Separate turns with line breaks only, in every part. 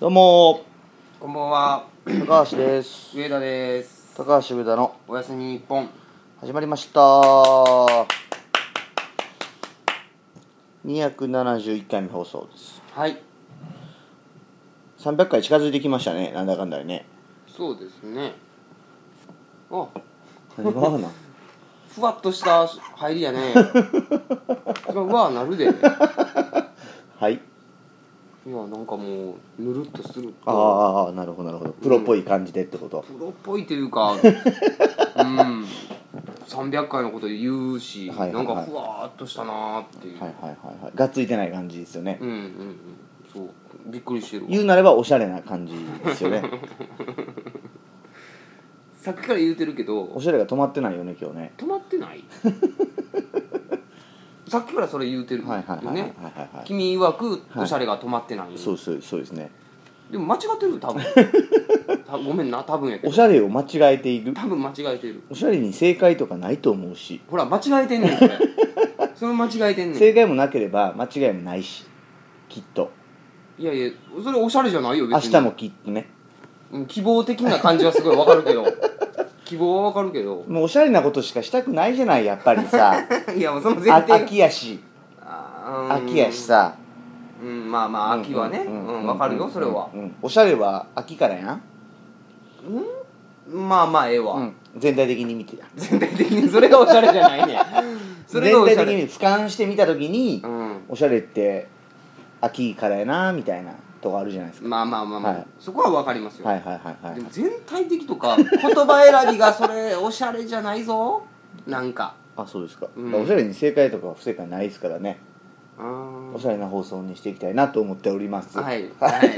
どうも
こんばんは、
ー高橋です
上田です。
高橋上田の
おやすみ日本。
始まりました271回目放送です
はい、
300回近づいてきましたねなんだかんだね
そうですね。あ、
何がな
ふわっとした入り やね。そらうわなるで。いや
はい
なんかもうぬるっとする。
あーあーなるほどなるほどプロっぽい感じでってこと
プロっぽいとい うか、うん、三百回のこと言うし、
はいはいはい
なんかふわっとしたなーっていう。
はいはいはいはいがっついてない感じですよね
うんうんうん。そう、びっくりしてるわ。
言うなればおしゃれな感じですよね
さっきから言うてるけど
お、しゃれが止まってないよね今日ね
止まって ない。さっきからそれ言うてるよね。
はいはいはいはいはいはい
君曰く
い
おしゃれが止まってない、
そうそうそうですね
でも間違ってる よ多分たごめんな多分やけ
お
ど
しゃれを間違えている
多分間違えてる
おしゃれに正解とかないと思うし
ほら間違えてんねんそれそれ間違えてんね
正解もなければ間違いもないしきっと
んいやいやそれおしゃれじゃないよ
明
別に
日もきっとね
うん希望的な感じはすごいわか るけど希望はわかるけど
もうおしゃれなことしかしたくないじゃないやっぱりさ
いやもう その前
あ
提が
秋やし
あーうん
秋やしさ
うんまあまあ秋はね
う
うんん
うんうん
わかるよそれは
うんおしゃれは秋からやん、
まあまあええわ、
うん、全体的に見てや
全体的にそれがおしゃれじゃないねん そ
全
れがおし
体
ゃ
的
れ
に俯瞰してみた時に
うん
おしゃれって秋からやなみたいなとこあるじゃないですか
まあまあまあまあ、
はい
そこはわかりますよ、
はいはいはいはい
でも全体的とか言葉選びがそれおしゃれじゃないぞなんか
あそうですか、
うん
まあおしゃれに正解とか不正解ないですからね、
うーん
おしゃれな放送にしていきたいなと思っております、
はい はい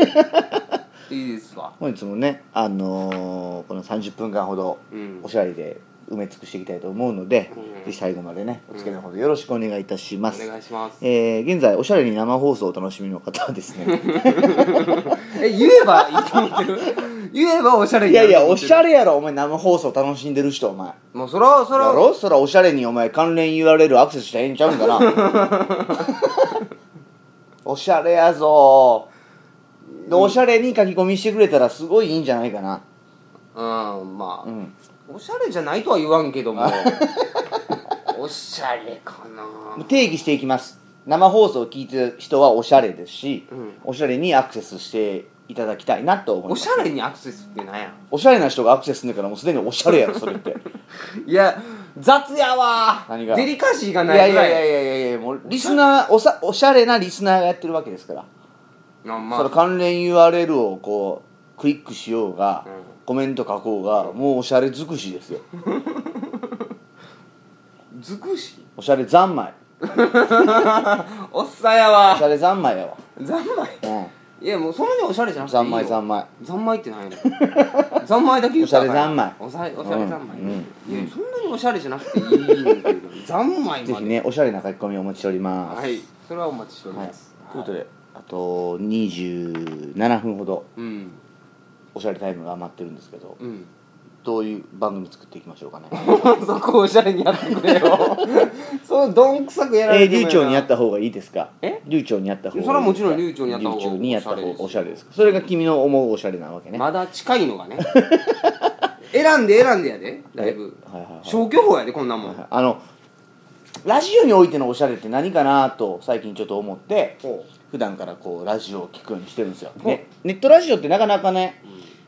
いいですわ
本日もね、あのーこの30分間ほど
うん
おしゃれで埋め尽くしていきたいと思うので、
うん
ぜひ最後までねお付き合いのほどよろしくお願いいたし
お
ます、
願いします
えー現在おしゃれに生放送をお楽しみの方はです ね
え言えばいいと思ってる 言えばおしゃれ
いやいやおしゃ
れ
れやろお前生放送楽しんでる人お前
もうそらそ
や
ら
ろそらおしゃれにお前関連 URL アクセスしたらええんちゃうんかな おしゃれやぞでおしゃれに書き込みしてくれたらすごいいいんじゃないかな
うんまあ、
うん
おしゃれじゃないとは言わんけ どもおしゃれかな
定義していきます生放送を聞いてる人はおしゃれですし、
うん
おしゃれにアクセスしていただきたいなと思い
お
ます
しゃれにアクセスってなんや
おしゃれな人がアクセスするんだからもうすでにおしゃれやろそれって
いや雑やわ
何が
デリカシーが
い
な
や
い
い
ぐら
や
い
いやいやいやいやもうリスナーおさおしゃれなリスナーがやってるわけですから、
あまあ
その関連 URL をこうクリックしようが、
うん
コメント書こうがもうおしゃれ尽くしですよ
ずくし
おしゃれ三昧
おっさんや
おし
わ
ゃれ三昧やわ
ざん まい
うん
いやもうそんなにおしゃれじゃなくていい
三
よ
昧三昧
ざんまいって何やのざんまいだけ言ったらあかんやん
お
おさおしゃれざんまい、
うん
いやそんなにおしゃれじゃなくていいねんけどざんまい
ぜ
ま
ひ
で、
ねおしゃれな書き込みをお待ちしております
はいそれはお待ちしております、
ということであと27分ほど
うん
おしゃれタイムが余ってるんですけど
うん
どういう番組作っていきましょうかね
そこおしゃれにやってくれよそのどんくさくやられ
え
ても
流暢にやったた方がいいですか
え
流暢にやった方がいいですか
それはもちろん流暢にやった方が
流暢にやった方がお
お
し
し
ゃ
ゃ
れで
れですす
かそれが君の思うおしゃれなわけね、
まだ近いのがね 選んで選んでやでだいぶ、
はいはいはい
消去法やでこんなもん、
はいあのラジオにおいてのおしゃれって何かなと最近ちょっと思って
ほ
普段からこうラジオを聞くようにしてるんですよ、
ほう
ね、ネットラジオってなかなかね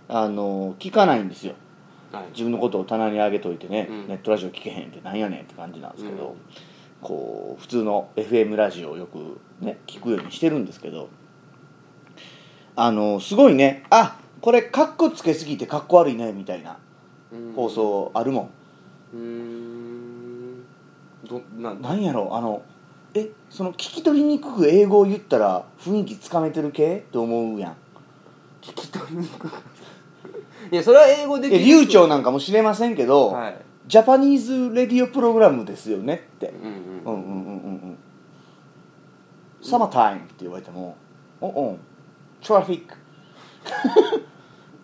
う、
あの聞かないんですよ
うんはい
自分のことを棚に上げといてね、
うん
ネットラジオ聞けへんってなんやねんって感じなんですけど、
うん
こう普通の FM ラジオをよくね聞くようにしてるんですけどあのすごいねあこれカッコつけすぎてカッコ悪いねみたいな
うん
放送あるもん、
うーんどなん
なんやろあのえその聞き取りにくく英語を言ったら雰囲気つかめてる系って思うやん
聞き取りにくい いやそれは英語で
え流暢なんかもしれませんけど、
はい
ジャパニーズレディオプログラムですよねって、
うんうん
うんうんうんうんうんサマータイムって言われてもおんおんトラフィック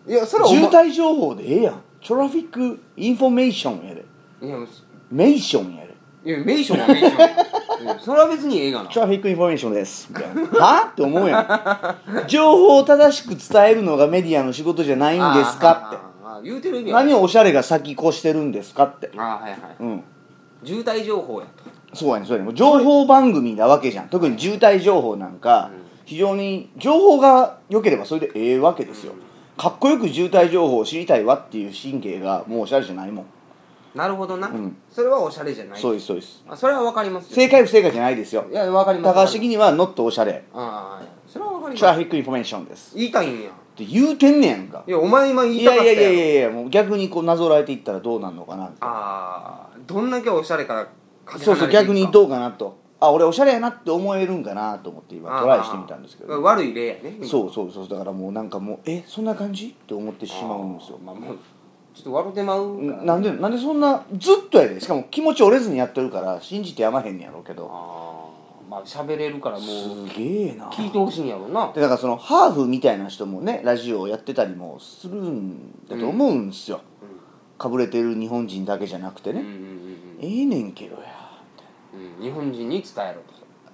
いやそれはお
渋
前
滞情報でええやんトラフィックインフォメーションやで
いや
メーションやで
いやメーションはメーション うんそれは別に映画な
トラフィックインフォメーションですみたいなはって思うやん情報を正しく伝えるのがメディアの仕事じゃないんですか
あーはいはいはいあー言うてる意
っ
味
て
は
何をおしゃれが先越してるんですかって
あーはいはい
うん
渋滞情報やと
そうやねそうやねもう情報番組なわけじゃん特に渋滞情報なんか
うん
非常に情報が良ければそれでええわけですよ
うん
かっこよく渋滞情報を知りたいわっていう神経がもうおしゃれじゃないもん
なるほどな、
うん
それはおしゃれじゃない
そうですそうです
あそれはわかりますよ
正解不正解じゃないですよ
いやわかります
高橋的にはノットおしゃれ
ああそれはわかり
トラ
ま
フ
す
ィックインフォメーションです
言いたいんや
って言うてんねやんか
いやお前今言
い
いた
や
か
い
った
や
や
い
ろ
やいやいやもう逆にこうなぞらえていったらどうなんのかな
ああどんだけおしゃれからかけ
そうそう
離れていく
逆
か
にどうかなとあ俺おしゃれやなって思えるんかなと思って今トライしてみたんですけ
ああ
ど
悪い例やね今
そうそうそうだからもうなんかもうえそんな感じって思ってしまうんですよ
まあもうちょっと笑うてまうから
んなんでなんでそんなずっとやでしかも気持ち折れずにやってるから信じてやまへんねやろうけど
ああまあ喋れるからもう
すげえな
聞いてほしいんやろうな
でだからそのハーフみたいな人もねラジオをやってたりもするんだと思うんですよ、かぶれてる日本人だけじゃなくて
うんう
ね、
んうん
ええねんけどや
うんうん日本人に伝えろ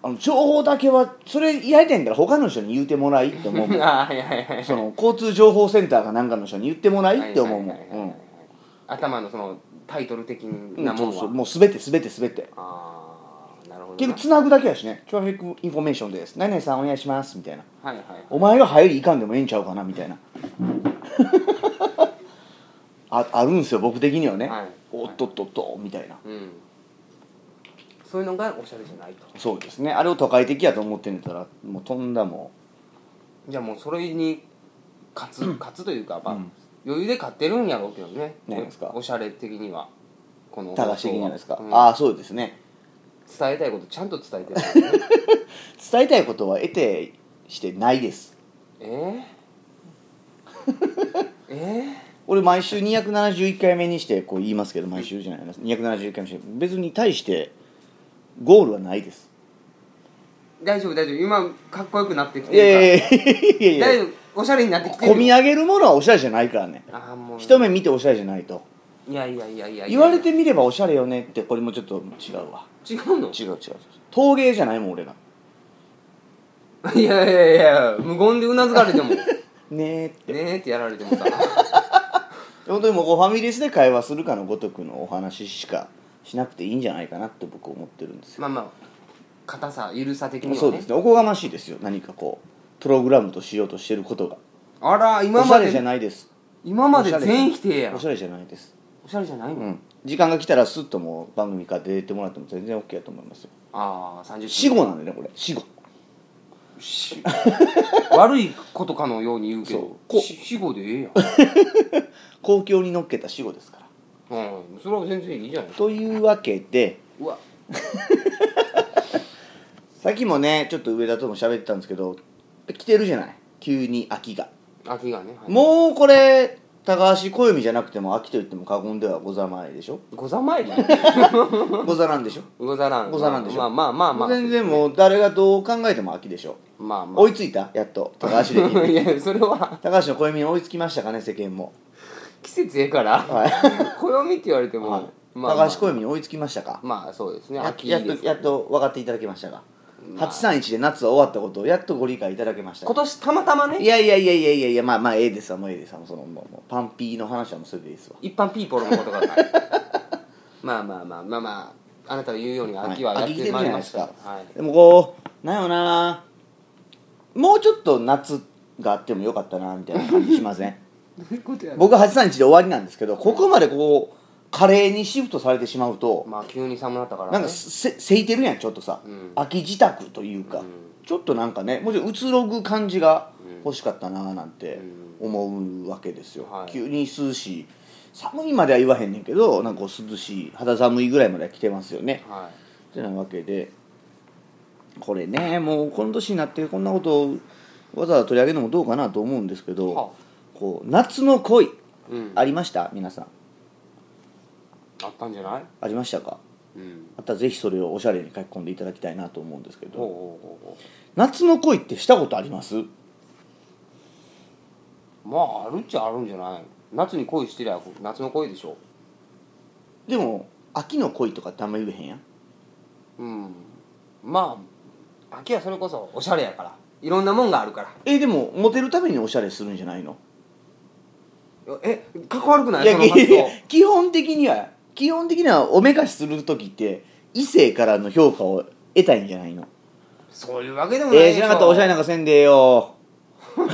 あの情報だけはそれやりたいんだから他の人に言うてもらいって思うも ん
と ああはいはいはい
その交通情報センターかなんかの人に言ってもらいって思うもん
はいうはいはい
ん
はい頭のそのタイトル的
う
なんも
そうんそう
は
もう全て全て全て
ああなるほど
結
な
局つなぐだけやしね「トラフィックインフォメーションです何々さんお願いします」みたいな
はいはい
お前が入りいかんでもええんちゃうかなみたいな ああるんですよ僕的にはね、
はい
おっとっとっとみたいな
うんそういうのがおしゃれじゃないと
そうですねあれを都会的やと思ってんねんたらもうとんだも
じゃあもうそれに勝つ勝つというかまあ
うん
余裕で勝ってるんやろうけどね
ねですか
おしゃれ的にはこの
う正し的にはですか、
うん
ああそうですね
伝えたいことちゃんと伝えてる からね
伝えたいことは得てしてないです
えー、 え
俺毎週271回目にしてこう言いますけど毎週じゃないです271回目にして別に対してゴールはないです
ー、大丈夫大丈夫今かっこよくなってき
いやい
てる
やいやい
から
やい
大
や
丈夫おしゃれになってきてる
込み上げるものはおしゃれじゃないからね
あーもう
一目見ておしゃれじゃないと
いやいやいやいや
言われてみればおしゃれよねってこれもちょっと違うわ
違うの
違う違う違う陶芸じゃないもん俺が
いやいやいや無言でうなずかれても ね
ねえって
えってやられてもさ
本当にもうこうファミレスで会話するかのごとくのお話しかしなくていいんじゃないかなって僕思ってるんですよ、
まあまあ硬さ緩さ的にはね
そうですねおこがましいですよ何かこうプログラムとしようとしてることが
あら
お
今
しゃ
ま
れじゃ
で
ないです
今まで全否定やん
おしゃれじゃないです、
おしゃれじゃないの、
うん、時間が来たらスッともう番組から出てもらっても全然 OK だと思いますよ
ああ30
死後なんでねこれ死後
し悪いことかのように言うけ
そう
ど
こ
し死後でええやん、
公共に乗っけた死後ですから
うん、それは全然いいじゃない
というわけで
うわ
さっきもねちょっと上田とも喋ってたんですけど来てるじゃない急に秋が
秋がね、はい
もうこれ高橋暦じゃなくても秋と言っても過言ではござまいでしょ
ござまいり
ござなんでしょ
ござらん
ござらんでしょ
まあまあまあまあ
全然もう誰がどう考えても秋でしょ
まあまあ
追いついたやっと高橋で
いやそれは
高橋の暦に追いつきましたかね世間も、
季節ええから、
はい
暦って言われても、
はい
まあ、
高橋暦に追いつきましたか、
まあそうですね
や
秋
や
で
っ
す
とやっと分かっていただけましたが、
まあ
831で夏は終わったことをやっとご理解いただけましたか
今年たまたま
い
ね
やいやいやいやいやいやまあまあええですわもうええですわもうそのもうもうパンピーの話はもうそれでいいですわ
一般ピーポルのことがない まあまあまあまあまああなたが言うように秋はやっ
秋来てる
て
じ
ま
ゃ
いり
ない
ま
で
し
す
た
か、
はい
でもこうなんやろなもうちょっと夏があってもよかったなみたいな感じしません
どういうことやねん
僕831で終わりなんですけどここまでこう華麗にシフトされてしまうと
まあ急に寒くなったから、ね、
なんかせせいてるやんちょっとさ、
うん
秋支度というか、
うん
ちょっとなんかねもうちょい移ろぐ感じが欲しかったななんて思うわけですよ、
うんはい
急に涼しい寒いまでは言わへんねんけどなんかこう涼しい肌寒いぐらいまでは来てますよね
は
てなわけでこれねもうこの年になってこんなことをわざわざ取り上げるのもどうかなと思うんですけど、
は
こう夏の恋
い、うん、
ありました皆さん
あったんじゃない
ありましたか
うん
あったらぜひそれをおしゃれに書き込んでいただきたいなと思うんですけ
ほう
ど
ほうほうほ
夏の恋ってしたことあります
うまああるっちゃあるんじゃない夏に恋してりゃ夏の恋でしょ
でも秋の恋とかってあんま言えへんやん
うんまあ秋はそれこそおしゃれやからいろんなもんがあるから
えでもモテるためにおしゃれするんじゃないの
えかっこ悪くない
いや
その発想
基本的には基本的にはおめかしする時って異性からの評価を得たいんじゃないの
そういうわけでもない
えー、
でしょ
知らなかったらおしゃれなんかせんでええよ
一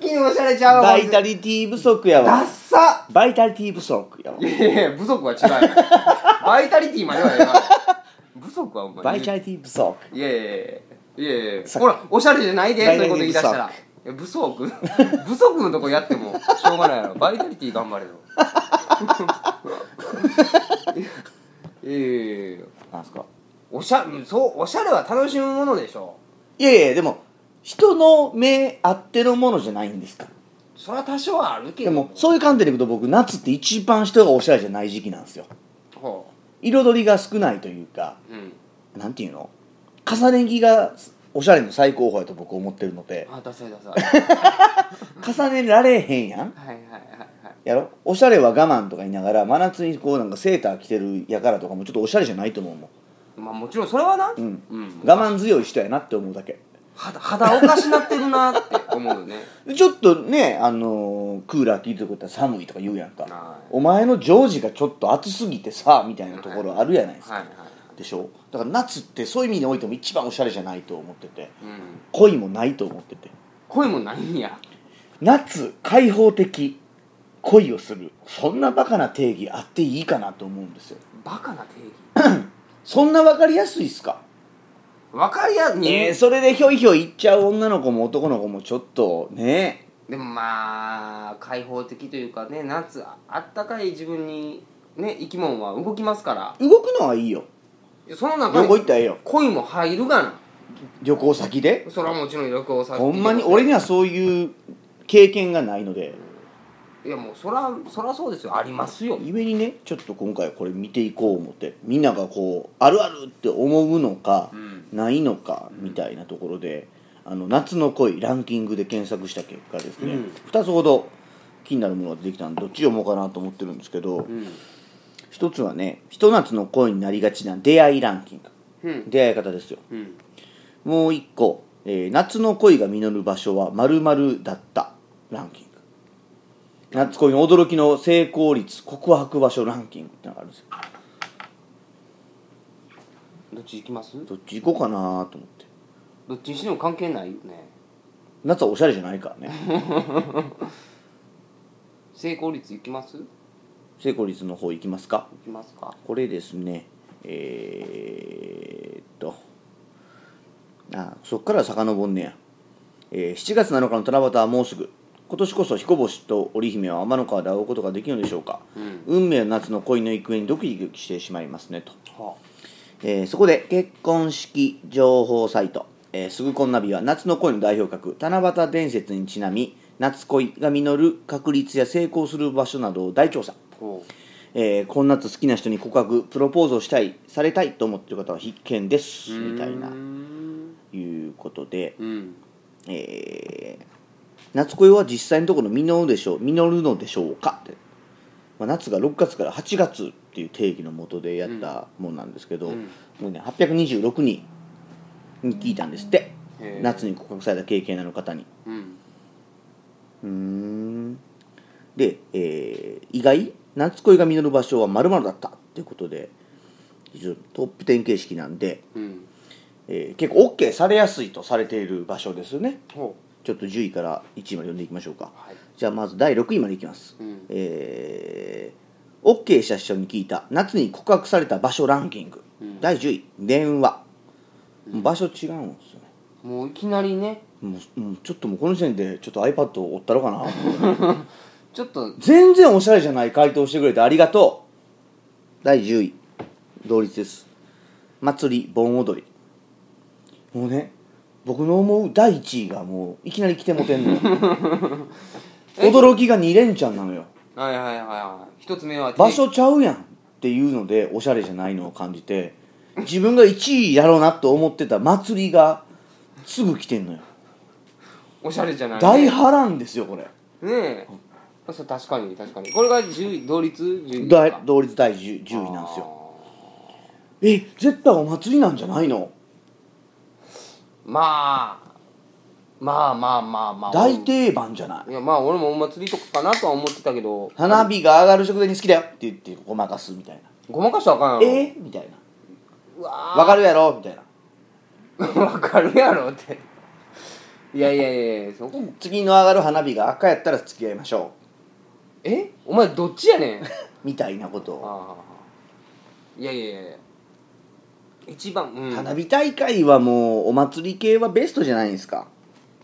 気におしゃれちゃうわ
バイタリティ不足や
ダッ
わ
サ
バイタリティ不足やわ
いやいや部族は違 うよバイタリティまではや部族はお前
バイタリティ不足
いやいやいやいやいや
さ
ほらおしゃれじゃないでそう
バイタ
いう
リ
こ
ティ
と言い出したらいや部族部族のとこやってもしょうがないやろバイタリティ頑張れよいやいやいやいや
なんすか
おしゃそうおしゃれは楽しむものでしょ
いやいやでも人の目あってのものじゃないんですか
それは多少はある
で
けど
もそういう観点でいくと僕夏って一番人がおしゃれじゃない時期なんですよ
ほ
彩りが少ないというか
う、うん、
なんていうの重ね着がおしゃれの最高峰やと僕思ってるので
あダサいダサいはい
重ねられへんやん
はいはいはい
やろおしゃれは我慢とか言いながら真夏にこうなんかセーター着てるやからとかもちょっとおしゃれじゃないと思うもん
まあもちろんそれはな、
うん
うん、
我慢強い人やなって思うだけ
肌肌おかしなってるなって思うよね
でちょっとね、あのークーラー効いてることは寒いとか言うやんか
はい
お前のジョージがちょっと暑すぎてさみたいなところあるやないですか、
はいはい
でしょだから夏ってそういう意味においても一番おしゃれじゃないと思ってて
うん
恋もないと思ってて
恋もないんや
夏開放的恋をするそんなバカな定義あっていいかなと思うんですよ
バカな定義
そんな分かりやすいっすか、
わかりやすい、
ねえそれでひょいひょいいっちゃう女の子も男の子もちょっとね
でもまあ開放的というかね夏ああったかい自分にね生き物は動きますか
動くのはいいよ
らその
旅
中
行行
に
ったらええよ
恋も入るがな
旅行先で
それはもちろん旅行先
ほんまに俺に
は
はそういう経験がないので
いやもうそらそらそうですよありますよ
ゆえにねちょっと今回はこれ見ていこう思ってみんながこうあるあるって思うのか、
うん
ないのかみたいなところであの夏の恋ランキングで検索した結果ですね、
うん
2つほど気になるものが出てきたのでどっち読もうかなと思ってるんですけど
うん
1つはねひと夏の恋になりがちな出会いランキング
うん
出会い方ですよ
うん
もう1個、えー夏の恋が実る場所はまるだった」ランキング夏恋の驚きの成功率告白場所ランキングってのがあるんですよ
どっち行きます
どっち行こうかなと思って
どっちにしても関係ないよね
夏はおしゃれじゃないからね
成功率いきますい
成功率の方行きますか
きますか
これですねえーっとあそっから遡んねや、えー7月7日の七夕はもうすぐ今年こそ彦星と織姫は天の川で会うことができるのでしょうか、
うん
運命の夏の恋の行方にドキドキしてしまいますねと、
は
えーそこで結婚式情報サイト、えーすぐこんなビは夏の恋の代表格七夕伝説にちなみ夏恋が実る確率や成功する場所などを大調査
こ
えー、こんなと好きな人に告白プロポーズをしたいされたいと思ってる方は必見です
う
みたいう
ー
なんいうことで、
うん
えー夏恋は実際のところ実るでしょう実るのでしょうかって、まあ、夏が6月から8月っていう定義のもとでやったもんなんですけど、
うん
もうね826人に聞いたんですって
へー
夏に告白された経験のある方に
うん
うーんで、えー意外夏恋が実る場所はまるだったっていうことで一応トップ10形式なんで、
うん
えー結構 OK されやすいとされている場所ですよね
ほ
ちょっと10位から1位まで読んでいきましょうか
うはい
じゃあまず第6位までいきます、
うん
えー、OK した人に聞いた夏に告白された場所ランキング、
うん
第10位電話、場所違うんですよね
もういきなりね
もうもうちょっともうこの時点でちょっと iPad を追ったろかな
ちょっと
全然おしゃれじゃない回答してくれてありがとう第10位同率です祭り盆踊りもうね僕の思う第1位がもういきなり来てもてんのよ 驚きが2連チャンなのよ
はいはいはいはい一つ目は
場所ちゃうやんっていうのでおしゃれじゃないのを感じて自分が1位やろうなと思ってた祭りがすぐ来てんのよ
おしゃれじゃない
大
ね
波乱ですよこれ
ねえそう確かに確かにこれが10位同率10位
だ同率第 10, 10位なんですよ
よ
え絶対お祭りなんじゃないの
まあまあまあまあまあ
大定番じゃない
いやまあ俺もお祭りとかかなとは思ってたけど
花火が上がる食前に好きだよって言ってごまかすみたいな
ごまかしたらあかんやろ
えみたいな
うわ
わかるやろみたいな
ーわかるやろっていやいやいやいやそこ
次の上がる花火が赤やったら付き合いましょ
えお前どっちやねんあ
うみたいなことを
あいやいやいや一番うん
花火大会はもうお祭り系はベストじゃないですか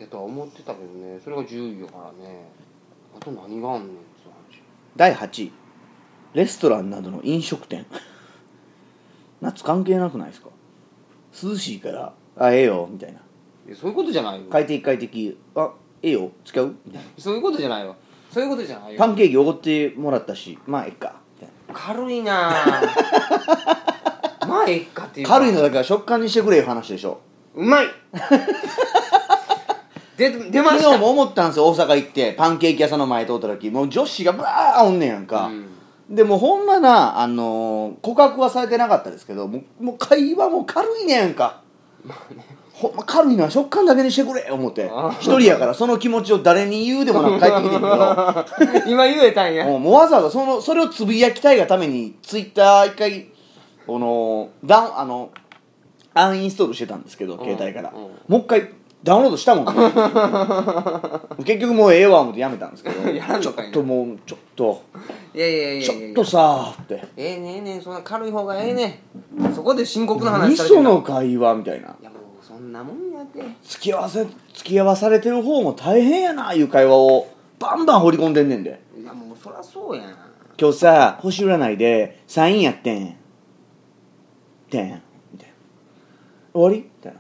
やとは思ってたけどねそれが10位やからねあと何があんねんって話
第8位レストランなどの飲食店 夏関係なくないですか涼しいからあええよみたいない
やそういうことじゃないよ
快適快適あええよ使うみたいな
そういうことじゃないよそういうことじゃないよ
パンケーキおごってもらったしまあえっかみたい
軽 いなぁまあえっかっていう
な
か
軽いのだから食感にしてくれよ話でしょ
う まいで出ま
昨
し
日
た
も思ったんですよ大阪行ってパンケーキ屋さんの前通った時もう女子がブワーおんねやんか、
うん
でもうほんまな、あのー告白はされてなかったですけどもうもう会話も軽いねやんか、ほんま軽いのは食感だけにしてくれ思って
あ
一人やからその気持ちを誰に言うでもなく帰ってきてんけど
今言えたんや
もうもうわざわざそのそれをつぶやきたいがためにツイッター一回このダウンあのアンインストールしてたんですけど、
ん
携帯から、
うん
もう一回ダウンロードしたもんね 結局もうええわ思ってやめたんですけど
やらん
ちょ
の
っ
かいな
ともうちょっと
いやいやいやいや
ちょっとさーって
ええねんええねんそんな軽い方がええねんそこで深刻な
何
話されて
そ
る
の会話みたいない
やもうそんなもんやって
付き合わせ付き合わされてる方も大変やないう会話をバンバン掘り込んでんねんで
いやもうそらそうやん
今日さ星占いでサインやってんてんみたいな終わりみたい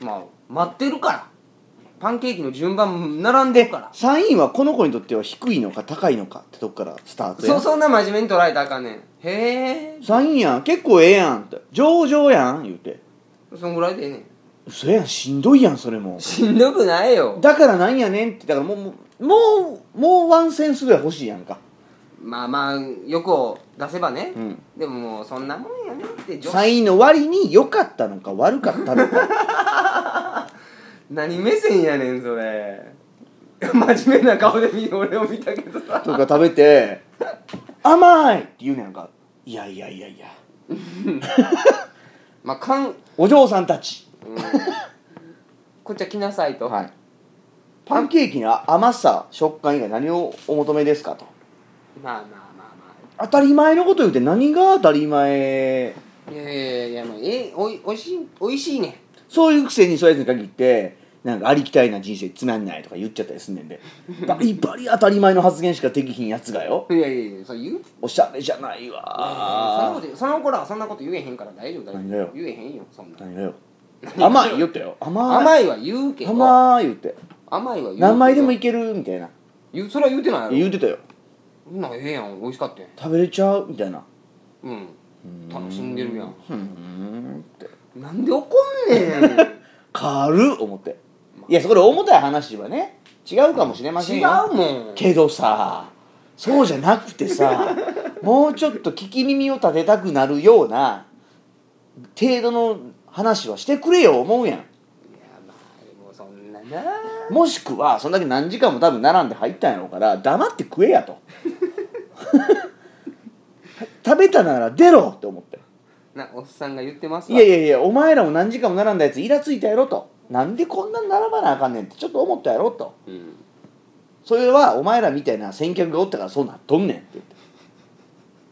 な
まあ待ってるからパンケーキの順番並んでるから
サインはこの子にとっては低いのか高いのかってとこからスタートや
そそんな真面目に捉えたらあかんねんへえ
サインやん結構ええやんって上々やん言うて
そんぐらいでええねん
そやんしんどいやんそれも
しんどくないよ
だからなんやねんってだからもうもうもうもうワンセンスぐらい欲しいやんか
まあまあ欲を出せばね、
うん
でももうそんなもんやねんって女子
サインの割に良かったのか悪かったのか
何目線やねんそれ真面目な顔で見俺を見たけどさ
とか食べて甘いって言うねやんかいやいやいやいや
まあかん、うん、
お嬢さんたち、
こっちは来なさいと、
はい、パンケーキの甘さ食感以外何をお求めですかと
まあまあまあ
当たり前のこと言うて何が当たり前
まあいやいやいやいやもうえおいおいしいおいしいねん
そういうくせにそういうやつに限ってなんかありきたいな人生つまんないとか言っちゃったりすんねんでバリバリ当たり前の発言しかできひんやつがよ
いやいやいやそう言う
おしゃれじゃないわ
そのことその子らはそんなこと言えへんから大丈夫大
何が
丈
よ
夫言えへんよそんな
何がよ甘い言ったよ甘い
甘いは言うけど
甘い言って
甘いは言うけど
何枚でもいけるみたいな
言うそれは言うてないやろ
言うてたよ
そんなんええやん美味しかったやん
食べれちゃうみたいな
うん楽しんでるやん
ふーんって
なんで怒 んねん
軽っ思っていやそこで重たい話はね違うかもしれません
違
よ
うもん
けどさそうじゃなくてさ もうちょっと聞き耳を立てたくなるような程度の話はしてくれよ思うやん
いやまあもうそんなな
もしくはそんだけ何時間も多分並んで入ったんやろうから黙って食えやと 食べたなら出ろって思って
なおっさんが言ってます
い
わ
やいやいやお前らも何時間も並んだやつイラついたやろとなんでこんなに並ばなあかんねんってちょっと思ったやろと
うん
それはお前らみたいな先客がおったからそうなっとんねんって言って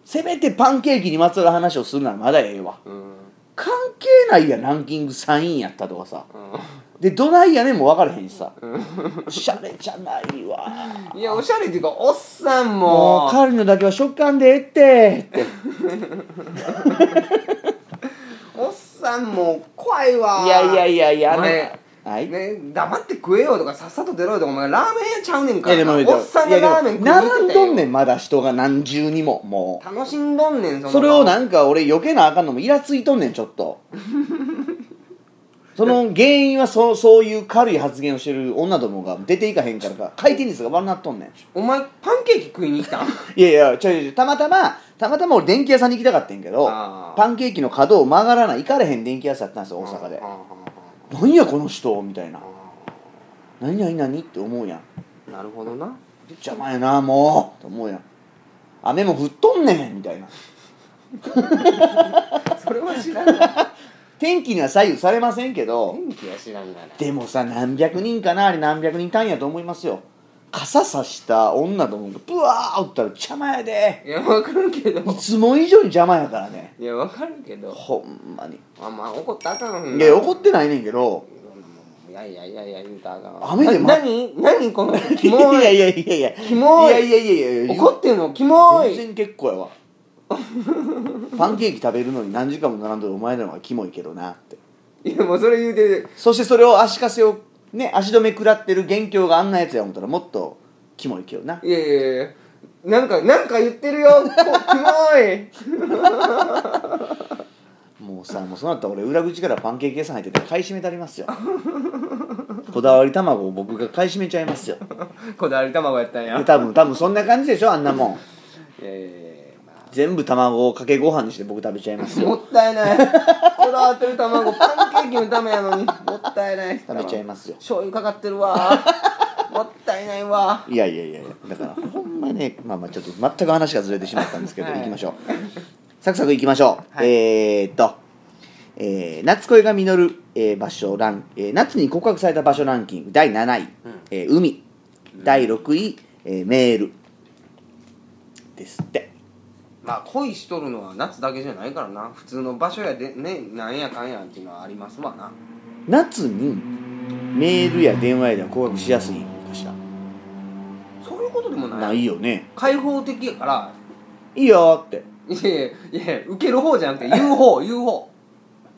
せめてパンケーキにまつわる話をするならまだええわ
うん
関係ないやんランキング3位やったとかさ
う
でどないやねんも分からへんしさおしゃれじゃないわ
んいやおしゃれっていうかおっさん
も
も
う狩るのだけは食感でええってって
おっさんも怖いわ
いやいやいやいや
お前
あのはい
ね、黙って食えよとかさっさと出ろよとかお前ラーメン屋ちゃうねん
い
か
や
ら
でも
おっさんがラーメン
いやでも並んどんね
ん
んまだ人が何重にももう
楽しんどんねんその
それをなんか俺避けなあかんのもイラついとんねんちょっと その原因はそそういう軽い発言をしてる女どもが出ていかへんからか回転率が悪なっとんねん
お前パンケーキ食いに来たん
いやいやちょいちょいたまたまたまたま俺電気屋さんに行きたかったんやけど
あー
パンケーキの角を曲がらない行かれへん電気屋さんやったんですよ 大阪で
ああ
何やこの人みたいな
あ
何何何って思うやん
あなるほ どな
邪魔やなもうと思うやん雨も降っとんねんみたいな
それは知らない
天気には左右されませんけど
天気は知らんがな
でもさ何百人かなあれ何百人単位やと思いますよ傘さした女どもがブワーおったら邪魔やで
いやわかるけど
いつも以上に邪魔やからね
いやわかるけど
ほんまに
あまあ怒ったらあか
い
ん
や怒っててないねんけど
いやいやいやいや言うたらあかんわ
雨でま
な何何この キ
い
モい
やいやいやいや
キモい
いやいやいやいや
怒ってんのキモ
全
い
然結構やわパンケーキ食べるのに何時間も並んでるお前らの方がキモいけどなって
いやもうそれ言うてる
そしてそれを足かせをね足止め食らってる元凶があんなやつや思ったらもっとキモいけどない
やいやいやなんかなんか言ってるよこキモい
もうさもうそうなったら俺裏口からパンケーキ屋さん入ってて買い占めたりますよこだわり卵を僕が買い占めちゃいますよ
こだわり卵やったんや
で多分多分そんな感じでしょあんなもん
いやいやいやま
全部卵をかけご飯にして僕食べちゃいます
あも
よ
ったいないこだわってる卵パンケーキのためやのにもったいない
食べちゃいますよ
醤油かかってるわもったいないわ
いやいやいやいやだからほんまねまあまあちょっと全く話がずれてしまったんですけど、
はい
行きましょうサクサク行きましょう、
はい
えーっと、えー夏恋が実る、えー場所ラン、えー夏に告白された場所ランキング第7位、えー海第6位、えーメールですって
まあ恋しとるのは夏だけじゃないからな普通の場所やでねなんやかんやっていうのはありますわな
夏にメールや電話やでは告白しやすいのかしら
そういうことでもない
ないよね
開放的やから
いいよって
いやいやいや受ける方じゃなくて言う方言う方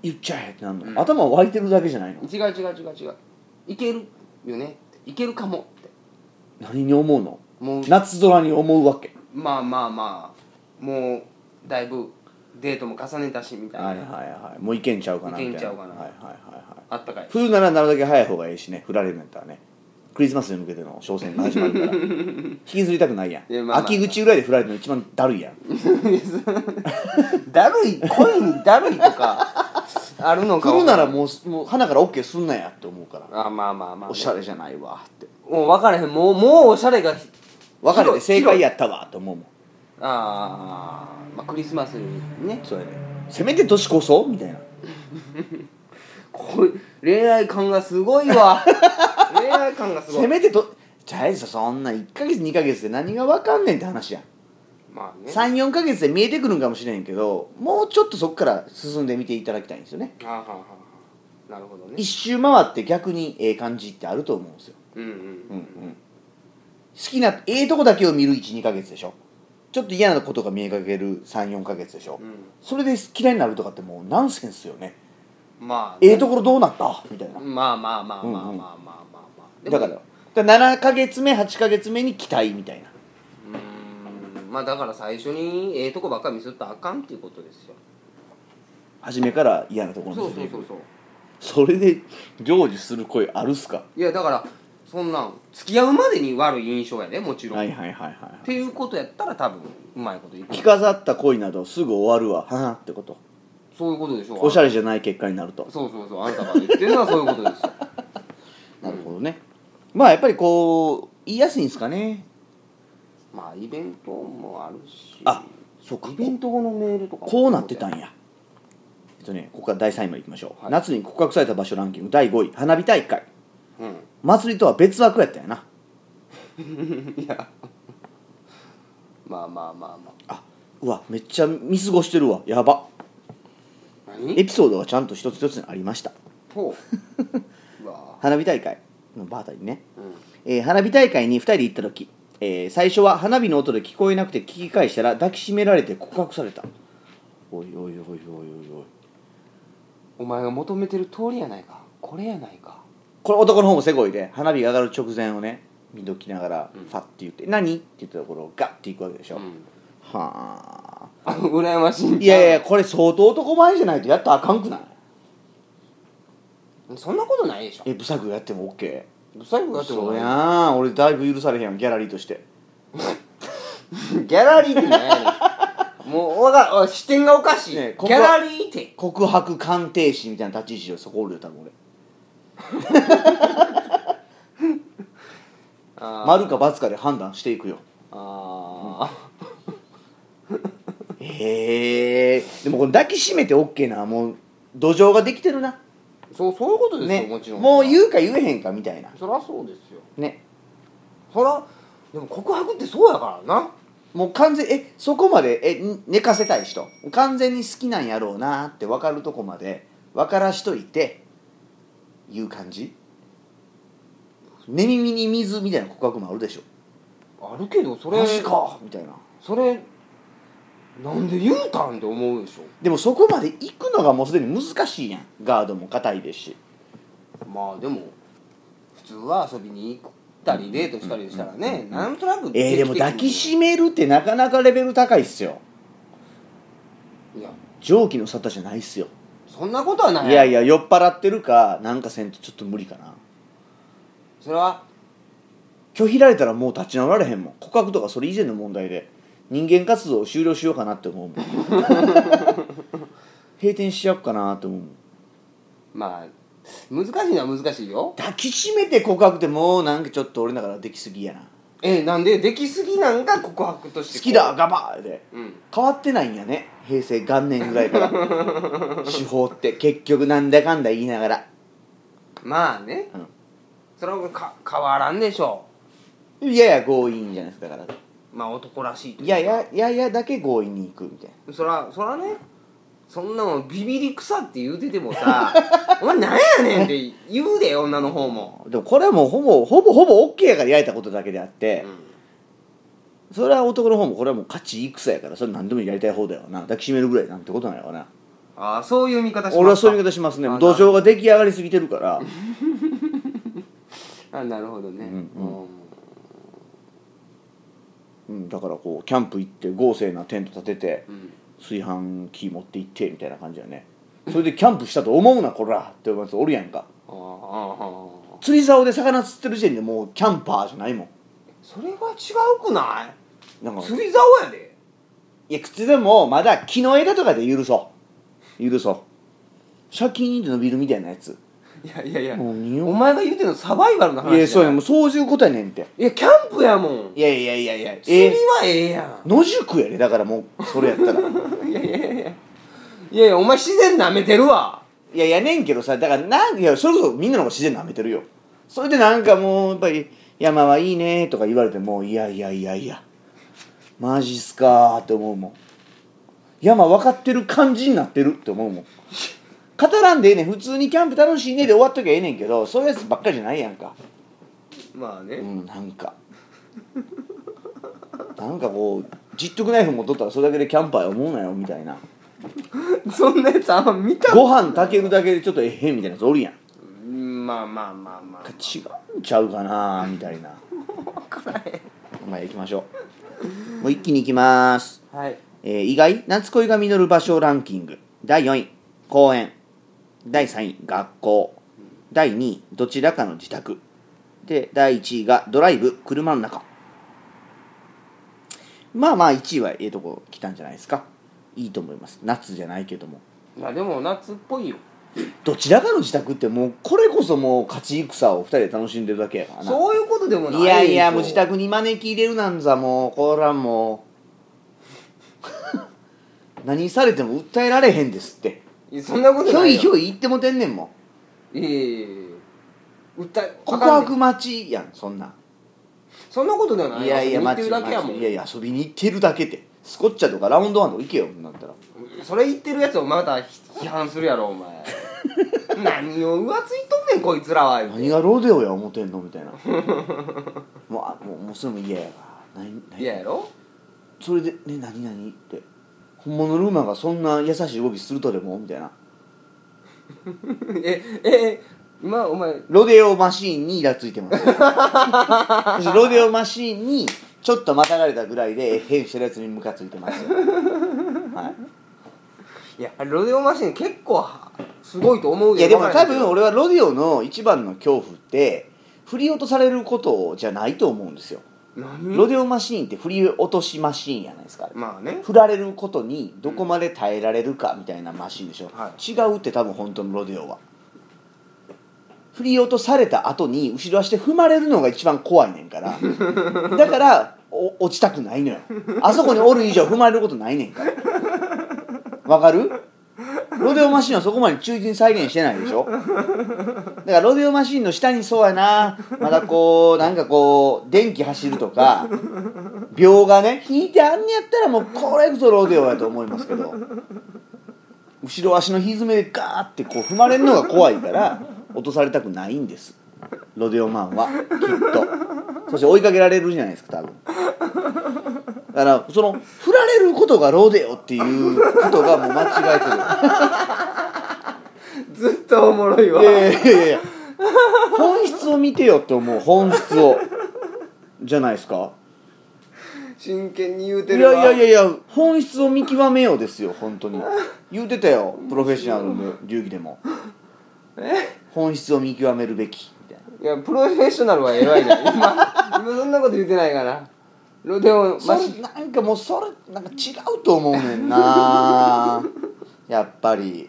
言っちゃえってなんの、
うん
頭湧いてるだけじゃないの
違う違う違う違ういけるよねいけるかもって
何に思うの
もう
夏空に思うわけ
まあまあまあもうだいぶデートも重ねたしみたいな、
はいはいはいもういけんちゃうかなみたいない
けんちゃうかな
はいはいはいはい
あったかい
振るならなるだけ早い方がいいしね振られるんやったらねクリスマスに向けての商戦が始まる から引きずりたくないやん
いやまあまあ
秋口ぐらいで振られるの一番だるいやん
だるい恋にだるいとかあるのか
振るならもうもう花から OK すんなやって思うから
あまあまあまあ
おしゃれじゃないわって
もう分からへんもうもうおしゃれが
別れて正解
や
やったわと思うもん
あー、まあクリスマスにね
それねせめて年こそみたいな
これ恋愛感がすごい わ恋愛感がすご
せ
い
めてとじゃあさそんな1か月2か月で何が分かんねんって話やん
まあね
34か月で見えてくるんかもしれんけどもうちょっとそこから進んでみていただきたいんですよね
あはははなるほどね
一周回って逆にええ感じってあると思うんですよ、
うんうんうん
好きなええとこだけを見る12か月でしょちょっと嫌なことが見えかける34か月でしょ、
う
それで嫌いになるとかってもうナンセンスよね
んまあ
ええところどうなったみたいな
まあまあまあまあまあまあまあまあまあでも
だからだから7か月目8か月目に期待みたいな
うーんまあだから最初にええとこばっかり見せたらあかんっていうことですよ
初めから嫌なとこ
そう
ろ
そう
に
そう
そ
そう
それで成就する声あるっすか
いやだからそんなん付き合うまでに悪い印象やでもちろん、
はい
っ
はいはいはい
ていうことやったら多分うまいこといく
着飾った恋などすぐ終わるわははってこと
そういうことでしょ
おしゃ
れ
れじゃない結果になると
そうそうそうあんたが言ってるのはそういうこ とですよ
なるほどねまあやっぱりこう言いやすいんですかね
まあイベントもあるし
あそうか
イベント後のメールとか
こうなってた
ん
んやえっとねここから第3位までいきましょう、
はい
夏に告白された場所ランキング第5位花火大会
うん
祭りとは別枠やったんやない
やまあまあまあま
あうわめっちゃ見過ごしてるわやば
あ何
エピソードがちゃんと一つ一つにありました
ほううわ
花火大会の場あたりね、
う
えー花火大会に2人で行った時、えー最初は花火の音で聞こえなくて聞き返したら抱きしめられて告白されたおいおいおいおいおいおい
お前が求めてる通りやないかこれやないか
これ男の方もせこいで花火が上がる直前をね見ときながら
うん
ファッて言って「何?」って言ったところをガッていくわけでしょ、
ん
はあ
あ羨ましいんちゃう
いやいやこれ相当男前じゃないとやったらあかんくない
そんなことないでしょ
えブサイクやっても OK
最後やって
そ
も
うや
ない
ん俺だいぶ許されへんやんギャラリーとして
ギャラリーって何やねんもうわがお視点がおかしい、
ねえこ
ギ
こ
ャ
は
ラリーって
告白鑑定士みたいな立ち位置でそこおるよ多分俺
あー
丸か×かで判断していくよ
あ
へえでもこの抱きしめて OK なもう土壌ができてるな
ーそうそういうことですよ、
ね
もちろん
もう言うか言えへんかみたいな
そりゃそうですよ
ね
そらでも告白ってそうやからな
もう完全えそこまでえん寝かせたい人完全に好きなんやろうなって分かるとこまで分からしといて言う感じ寝耳に水みたいな告白もあるでしょ
あるけどそれ
マジかみたいな
それなんで言うたんって思うでしょ
でもそこまで行くのがもうすでに難しいやんガードも硬いですし
まあでも普通は遊びに行ったりデートしたりしたらね、なんとな く
えー、でも抱きしめるってなかなかレベル高いっすよ
いや
蒸気の沙汰じゃないっすよ
そんなことはない
いやいや酔っ払ってるかなんかせんとちょっと無理かな
それは
拒否られたらもう立ち直られへんもん告白とかそれ以前の問題で人間活動を終了しようかなって思うもん 閉店しちゃおうかなって思うもん
まあ難しいのは難しいよ
抱きしめて告白ってもうなんかちょっと俺だからできすぎやな好
えなんでできすぎなんが告白としてこう
きだガバーで
うん
変わってないんやね平成元年ぐらいから 手法って結局なんだかんだ言いながら
まあね、
うん
それはか変わらんでしょ
いやや強引じゃないですかだから
うまあ男らしいという
い
か
やいやいやいやだけ強引に行くみたいな
そらそらねそんなもんビビり草って言うててもさ お前なんやねんって言うで女の方も、
でもこれはもうほぼほぼほぼ OK やから焼いたことだけであって、
う、
それは男の方もこれはもう勝ち戦やからそれ何でもやりたい方だよな抱きしめるぐらいなんてことなのかなん
ああそういう見方しますか
俺はそういう言い方しますね
あ
土壌が出来上がりすぎてるから
あなるほどね、
うんう
うん
うんだからこうキャンプ行って豪勢なテント立てて
うん
炊飯器持って行ってみたいな感じだよねそれでキャンプしたと思うなこらって思うやつおるやんか
ああああああ
釣り竿で魚釣ってる時点でもうキャンパーじゃないもん
それは違うくな
なんか
い釣り竿やで
いや靴でもまだ木の枝とかで許そう許そうシャキーンって伸びるみたいなやつ
いやいやいや
もう匂い
お前が言うてんのサバイバルの話
いやそうや
ん
もうそういうことやねんって
いやキャンプやもん
いやいやいやいやえ
釣りはええや
野宿やでだからもうそれやったら
んいやいやいやいやいやいやお前自然なめてるわ
いややねんけどさだからなんいやそれこそみんなの方が自然なめてるよそれでなんかもうやっぱり「山はいいね」とか言われてもいやいやいやいやマジっすかーって思うもん山分かってる感じになってるって思うもん語らんでええねん普通にキャンプ楽しいねで終わっときゃええねんけどそういうやつばっかりじゃないやんか
まあね、
うんなんかなんかこうジットクナイフ持っとったらそれだけでキャンパーや思うなよみたいな
そんなやつあんま見た
ご飯炊けるだけでちょっとええみたいなやつおるやん
うんまあまあまあまあ
違うんちゃうかなみたいな まあ行きましょうもう一気に行きます、
はい
えー意外夏恋が実る場所ランキング第4位公園第3位学校第2位どちらかの自宅で第1位がドライブ車の中まあまあ1位はええとこ来たんじゃないですかいいと思います夏じゃないけども
いやでも夏っぽいよ
どちらかの自宅ってもうこれこそもう勝ち戦を2人で楽しんでるだけやからな
そういうことでもない
いやいや
でしょ
もう自宅に招き入れるなんざもうこれはもう 何されても訴えられへんですって
いやそんなこと
ひょ
ない
い
よ
ひょい言ってもてんねんもん
いやいやいや訴え
告
あかん
白
で
待ちやんそんな
そんなことではない
いやいや
見
待
て
ち
るだけやもん
いやいや遊びに行ってるだけってスコッチャとかラウンドワンとか行けよなったら
それ言ってるやつをまた批判するやろ お前何を浮ついとんねんこいつらは言うて
何がロデオや思てんのみたい なもうあもうもうそれも嫌やから何何
嫌やろ
それで「ね何何?」って「本物の馬がそんな優しい動きするとでも?」みたいな
ええ今お前
ロデオマシーンにイラついてます私ロデオマシーンにちょっとまたがれたぐらいで変してるやつにムカついてますよ、はい
やロデオマシン結構はすごいと思う
い
け
や
ど
でも
わ
多
からへんけ
分
ど
俺はロデオの一番の恐怖って振り落とされることじゃないと思うんですよ、
何
ロデオマシーンって振り落としマシーンやないですか、
まあね
振られることにどこまで耐えられるかみたいなマシンでしょ、
は
違うって多分本当のロデオは振り落とされた後に後ろ足で踏まれるのが一番怖いねんからだからお落ちたくないのよあそこにおる以上踏まれることないねんからわかるロデオマシンはそこまで忠実に再現してないでしょだからロデオマシンの下にそうやなまだこうなんかこう電気走るとか秒がね引いてあんねやったらもうこれこそロデオやと思いますけど後ろ足の蹄でガーってこう踏まれるのが怖いから落とされたくないんですロデオマンはきっとそして追いかけられるじゃないですか多分だからその振られることがロデオっていうことがもう間違えてる
ずっとおもろいわ
いやいやいやいや本質を見てよって思う本質をじゃないですか
真剣に言う
い
て
やい
るわ
やいやいや本質を見極めようですよ本 当に言うてたよプロフェッショナルの流儀でも本質を見極めるべきみたいない
やプロフェッショナルは偉いな今今そんなこと言ってないからロデオ
そ
マ
れ
シ
なんかもうそれなんか違うと思うねん なやっぱり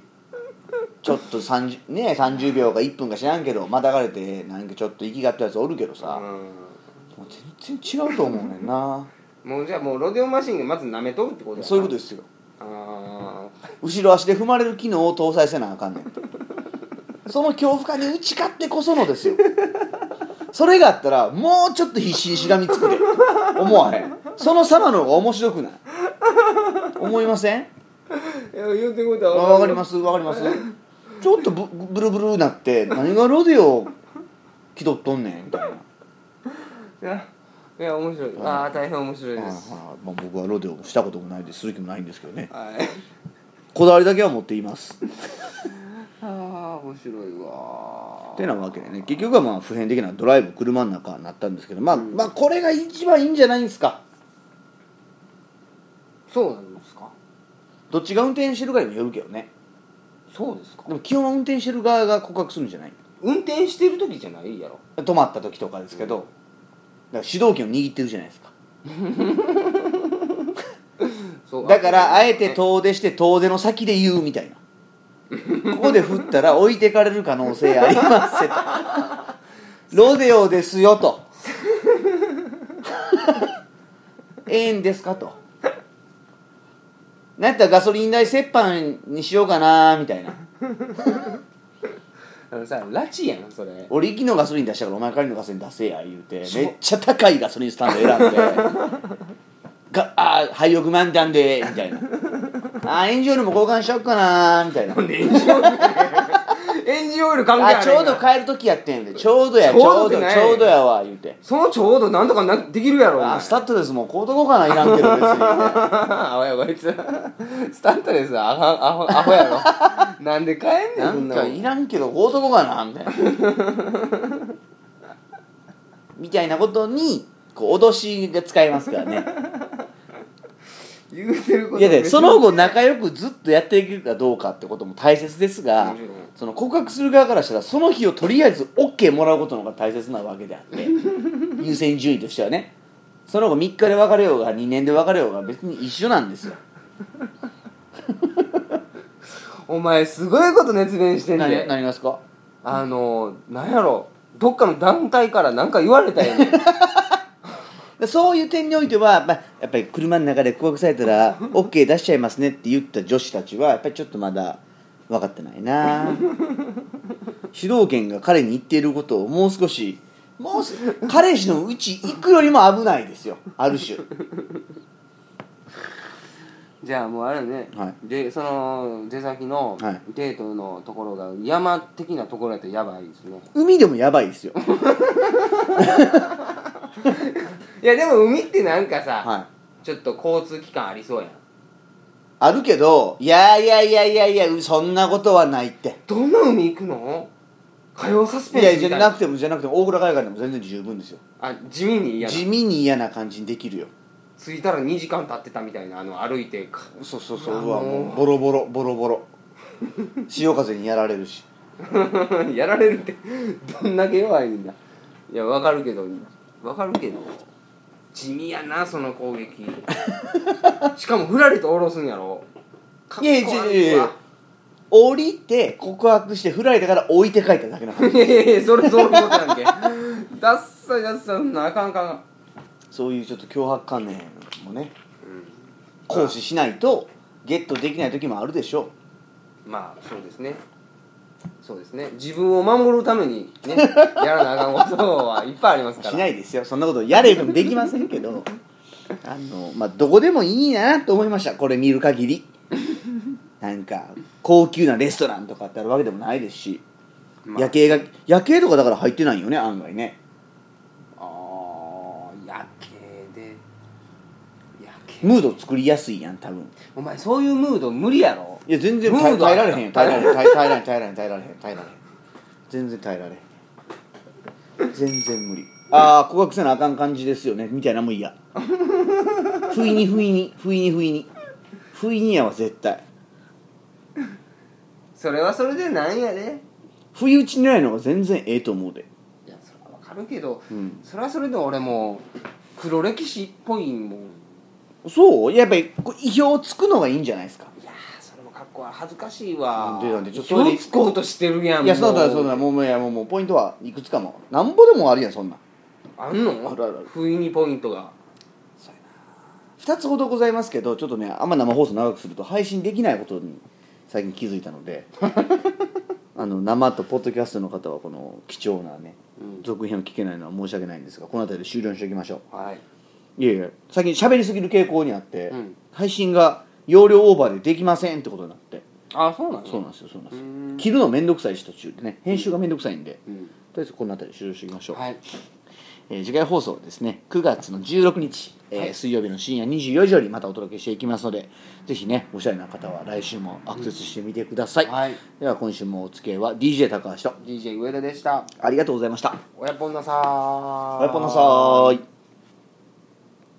ちょっと30ね30秒か1分か知らんけどまたがれてなんかちょっと息がったやつおるけどさ、もう全然違うと思うねんな
もうじゃあもうロデオマシンがまず舐めとるってことや な
そういうことですよ
あー
後ろ足で踏まれる機能を搭載せなあかんねんその恐怖感に打ち勝ってこそのですよそれがあったらもうちょっと必死にしがみつくで思わへんその様の方が面白くない思いません
いや言うてること
あ
は
わかりますわかりますちょっとブブルブルなって何がロデオ気取っとんねんみたいない
やいや面白いああ大変面白い
はいは
で
い
す
まあ、僕はロデオしたこともないですする気もないんですけどね
はい
こだわりだけは持っています
ああ面白いわ
てなわけでね結局はまあ普遍的なドライブ車の中になったんですけど、まあ、まあこれが一番いいんじゃないですか
そうなんですか
どっちが運転してるかにもよるけどね
そうですか
でも基本は運転してる側が告白するんじゃない
運転してる時じゃないやろ
止まった時とかですけど、だから主導権を握ってるじゃないですか
そう
だからあえて遠出して遠出の先で言うみた いなここで振ったら置いてかれる可能性ありますせと ロデオですよとええんですかとなんやったらガソリン代折半にしようかなみたいな
あのさ拉致やんそれ
俺行きのガソリン出したからお前帰りのガソリン出せや言うてめっちゃ高いガソリンスタンド選ん でがあー廃屋満タンでみたいなあーエンジンオイルも交換しよっかなみたいな
エン ジンオイルエンジンオイル関係
あ
あ
ち
る
ょうど帰る時やってんでちょうどや
ち
ち
ょう
ょう
どって
ど
ない
ちょうどやわ言うて
そのちょうどなんとかなできるやろお前
あースタッドレスも買うとこうかないらんけど別に
あおいこいつスタントレスアホアホアホやろなんで買えんねん
な
そん
ん
な
か
もん
いらんけど買うとこうかなみたいな みたいなことにこう脅しが使えますからね
言うてること
いやで
別に
その後仲良くずっとやっていけるかどうかってことも大切ですが
もちろん
その告白する側からしたらその日をとりあえず OK もらうことの方が大切なわけであって 優先順位としてはねその後3日で別れようが2年で別れようが別に一緒なんですよ
お前すごいこと熱弁してん
何
ね
何がですか
あのなんやろどっかの団体からなんか言われたんやねん
でそういう点においては、まあ、やっぱり車の中で告白されたら OK 出しちゃいますねって言った女子たちはやっぱりちょっとまだ分かってないな主導権が彼に言っていることをもう少しもうす彼氏のうち行くよりも危ないですよある種
じゃあもうあれね、
は
でその出先の
はい
デートのところが山的なところやったらやばいですね
海でもやばいですよ
いやでも海ってなんかさ、
はい
ちょっと交通機関ありそうやん
あるけどいやいやいやいやいやそんなことはないって
どんな海行くの火曜サス
い
ペンスみた
や
い
じ
な
ゃなくてもじゃなくても大倉海岸でも全然十分ですよ
あ地味に嫌だ
地味に嫌な感じにできるよ
着いたら2時間経ってたみたいなあの歩いてか
そうそうそう
うわ
うわも
もう
うボロボロボロボロ潮風にやられるし
やられるってどんだけ弱いんだいやわかるけどわかるけど地味やなその攻 撃しかもふらりと下ろすんやろかっ
い
こ
や
悪
いや
いわ
いやいや降りて告白して振られたから置いて帰っただけなの
いやいやそれそういうことやんけダッサいダッサいそんなあかんあかんあかん
そういうちょっと脅迫観念もね行使しないとゲットできない時もあるでしょ
まあそうですねそうですね自分を守るためにねやらなあかんことはいっ ぱいありま
う
すから
しないですよそんなことやれともできませんけ どあのまあどこでもいいなと思いましたこれ見る限 りなんか高級なレストランとかってあるわけでもないですし、
まあ
夜景が夜景とかだから入ってないよね案外ね
ああ夜景で夜景
ムード作りやすいやん多分
お前そういうムード無理やろ
いや全然
ム
耐え
ード
耐えられへんよ耐えられへん耐え耐えられへん耐えられへん耐えられへん耐えられへん全然耐えられへん全然無理ああ告白せなあかん感じですよねみたいなのも嫌不意に不意に不意に不意に不意にやわ絶対
それはそれでなんやで
不意打ち狙いの方が全然ええと思うで
いやそれはわかるけど、
うん
それはそれで俺も黒歴史っぽいもん
そうやっぱりこう意表をつくのがいいんじゃないですか
いやーそれもかっこ悪い恥ずかしい
な
わ
んでなんでちょっと
気をつこうとしてるやん
いやそうだ
も
そうだもうもういやもうもうポイントはいくつかもなんぼでもあるやんそんなん
あんの
あるあるある
不意にポイントが
2つほどございますけどちょっとねあんま生放送長くすると配信できないことに最近気づいたの であの生とポッドキャストの方はこの貴重なね、
うん
続編を聞けないのは申し訳ないんですがこの辺りで終了にしておきましょ
はい、
ういやいや最近喋りすぎる傾向にあって、
うん
配信が容量オーバーでできませんってことになって
あそうなの
そうなんですよそうなんですよ
うーん
切るの面倒くさいし途中でね編集が面倒くさいんで、と
うん
りあえずこの辺りで終了しておきましょう、
はい
えー次回放送はですね9月の16日、えー
はい
水曜日の深夜24時よりまたお届けしていきますのでぜひねおしゃれな方は来週もアクセスしてみてください、
はい
では今週もお付き合いは DJ 高橋と
DJ 上田でした
ありがとうございました
おやぽんなさー
おやっぱなさーい